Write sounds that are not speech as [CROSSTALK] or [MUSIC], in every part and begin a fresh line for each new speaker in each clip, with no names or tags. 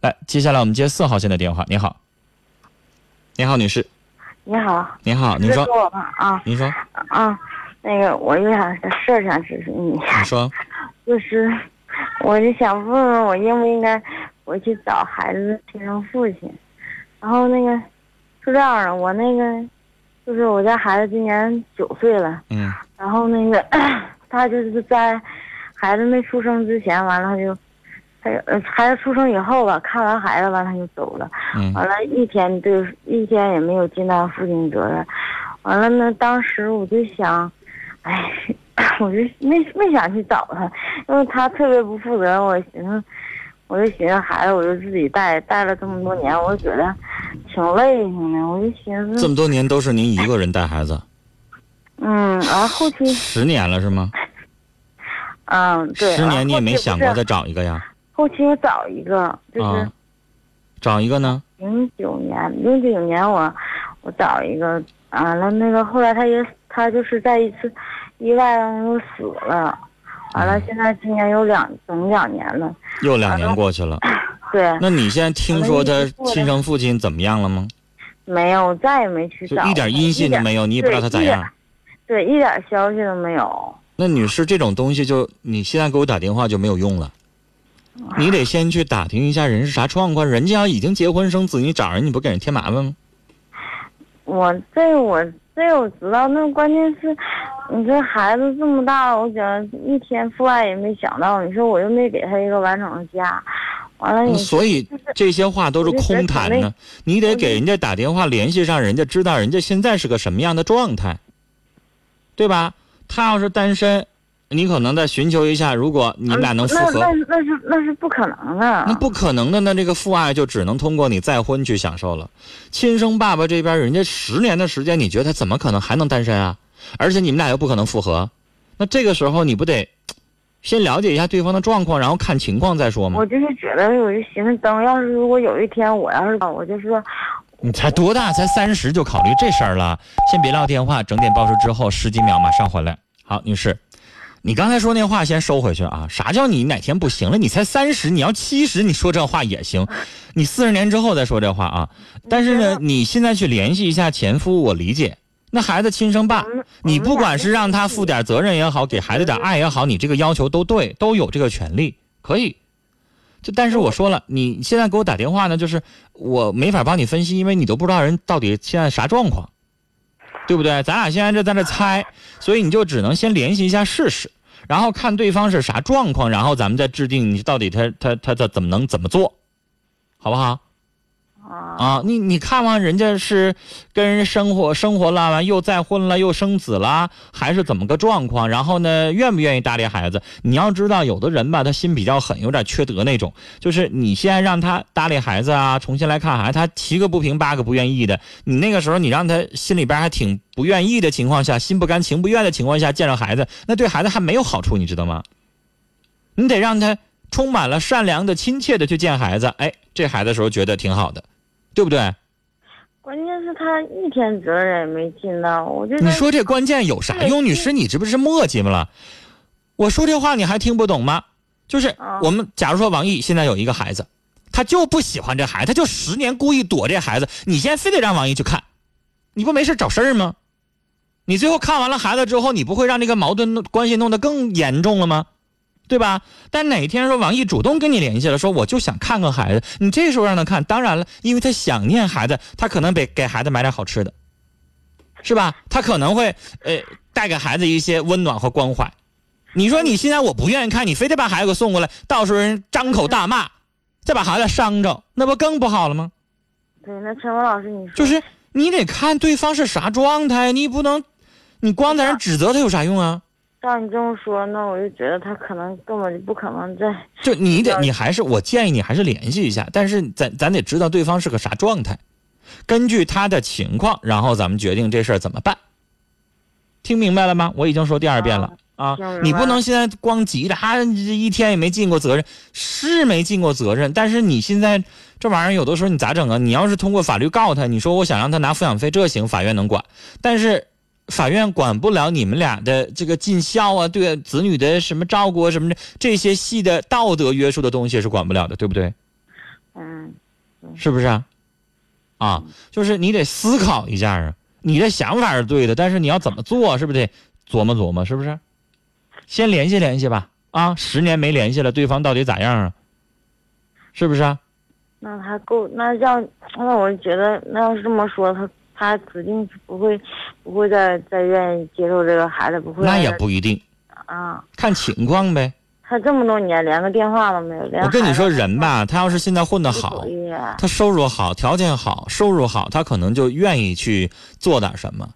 来，接下来我们接四号线的电话。您好，您好，女士，
你好，
您好，您
这
说
是，我吧啊
您说，
啊，那个我有点事儿想咨询你一下
你，说，
就是我就想问问我应不应该回去找孩子的亲生父亲。然后那个是这样的，我那个就是我家孩子今年九岁了，
嗯
然后那个 [COUGHS] 他就是在孩子没出生之前，完了他就。他呃，孩子出生以后吧，看完孩子完他就走了，
嗯
完了，一天对一天也没有尽到父亲责任。完了呢，当时我就想，哎， [COUGHS] 我就没没想去找他，因为他特别不负责任。我寻思，我就寻思孩子，我就自己带，带了这么多年，我就觉得挺累挺的。我就寻
这
思，
么多年都是您一个人带孩子，
嗯，然后后期，
十年了是吗？
嗯，对，
十
然后
年你也没
后期
想
不是
过再找一个呀？
后期我找一个，就是
啊，找一个呢？
零九年，零九年我我找一个，完了那个后来他也他就是在一次意外当中死了，
嗯
完了现在今年有两整两年了，
又两年过去了，
嗯对，
那你现在听说他亲生父亲怎么样了吗？
没有，再也没去
就
找，
一点音信都没有，你也不知道他咋
一点
样。
对，一点消息都没有。
那女士，这种东西就你现在给我打电话就没有用了，你得先去打听一下人是啥状况，人家要已经结婚生子，你找人你不给人添麻烦吗？
我这我这我知道，那关键是，你这孩子这么大了，我想一天父爱也没想到，你说我又没给他一个完整的家，完了
那
你
所以这些话都是空谈呢，你得给人家打电话联系上人家，知道人家现在是个什么样的状态，对吧？他要是单身，你可能再寻求一下，如果你们俩能复合
那，那那是那是不可能的。
那不可能的，那这个父爱就只能通过你再婚去享受了。亲生爸爸这边，人家十年的时间，你觉得他怎么可能还能单身啊？而且你们俩又不可能复合，那这个时候你不得先了解一下对方的状况，然后看情况再说吗
我？就是觉得，我就寻思，等要是如果有一天我要是，我就说，
你才多大？才三十就考虑这事儿了？先别撂电话，整点报时之后十几秒马上回来。好，女士，你刚才说那话先收回去啊！啥叫你哪天不行了？你才三十，你要七十，你说这话也行。你四十年之后再说这话啊！但是呢，你现在去联系一下前夫，我理解。那孩子亲生爸，你啊不管是嗯让他负点责任也好，给孩子点爱也好，你这个要求都对，都有这个权利，可以。就但是我说了，你现在给我打电话呢，就是我没法帮你分析，因为你都不知道人到底现在啥状况，对不对？咱俩现在这在这猜，所以你就只能先联系一下试试，然后看对方是啥状况，然后咱们再制定你到底他他他他怎么能怎么做，好不好？
啊，
啊，你你看望人家是跟人生活生活了，完又再婚了，又生子了，还是怎么个状况？然后呢，愿不愿意搭理孩子？你要知道，有的人吧，他心比较狠，有点缺德那种，就是你现在让他搭理孩子啊，重新来看孩子，他七个不平八个不愿意的。你那个时候你让他心里边还挺不愿意的情况下，心不甘情不愿的情况下见着孩子，那对孩子还没有好处，你知道吗？你得让他充满了善良的、亲切的去见孩子，哎，这孩子的时候觉得挺好的。对不对？
关键是他一天责任也没尽到，我就
你
在
说这关键有啥用？女士，你这不是磨叽吗？了？我说这话你还听不懂吗？就是
啊
我们假如说王毅现在有一个孩子，他就不喜欢这孩子，他就十年故意躲这孩子，你现在非得让王毅去看，你不没事找事儿吗？你最后看完了孩子之后，你不会让这个矛盾关系弄得更严重了吗？对吧？但哪天说王毅主动跟你联系了，说我就想看看孩子，你这时候让他看，当然了，因为他想念孩子，他可能得给孩子买点好吃的，是吧？他可能会呃带给孩子一些温暖和关怀。你说你现在我不愿意看，你非得把孩子给送过来，到时候人张口大骂，再把孩子伤着，那不更不好了吗？
对，那陈文老师你说，
就是你得看对方是啥状态，你不能，你光在那指责他有啥用啊？
照你这么说，那我就觉得他可能根本就不可能再，
就你得，
要
你还是我建议你还是联系一下，但是咱咱得知道对方是个啥状态，根据他的情况，然后咱们决定这事儿怎么办。听明白了吗？我已经说第二遍了啊
听明白！了
你不能现在光急着啊，这一天也没尽过责任，是没尽过责任，但是你现在这玩意儿有的时候你咋整啊？你要是通过法律告他，你说我想让他拿抚养费，这行，法院能管，但是法院管不了你们俩的这个尽孝啊，对子女的什么照顾啊，什么的这些细的道德约束的东西是管不了的，对不对？
嗯，
是不是啊？啊，就是你得思考一下啊，你的想法是对的，但是你要怎么做，是不是得琢磨琢磨，是不是？先联系联系吧，啊，十年没联系了，对方到底咋样啊？是不是啊？
那他够，那要那我觉得，那要是这么说，他他指定是不会不会再再愿意接受这个孩子，不会
那
再
也不一定，
啊。
看情况呗。
他这么多年连个电话都没有，连
我跟
孩
你
子
说，人吧，他要是现在混得
都不
好
考，虑啊
他收入好，条件好，收入好，他可能就愿意去做点什么。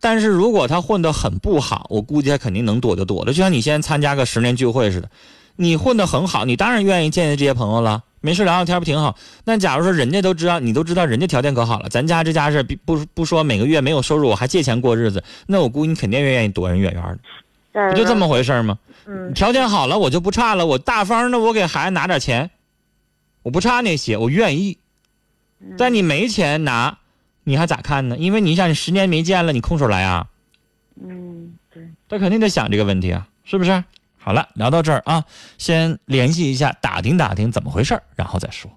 但是如果他混得很不好，我估计他肯定能躲就躲了。就像你现在参加个十年聚会似的，你混得很好，你当然愿意见见这些朋友了，没事聊聊天不挺好？那假如说人家都知道，你都知道人家条件可好了，咱家这家是比不不说每个月没有收入，我还借钱过日子，那我估计你肯定愿意躲人远远的，
再
不就这么回事儿吗？
说嗯，
条件好了，我就不差了，我大方的，我给孩子拿点钱，我不差那些，我愿意。
嗯
但你没钱拿，你还咋看呢？因为你想，你十年没见了，你空手来啊，
嗯，对，
他肯定得想这个问题啊，是不是？好了，聊到这儿啊，先联系一下，打听打听怎么回事儿然后再说。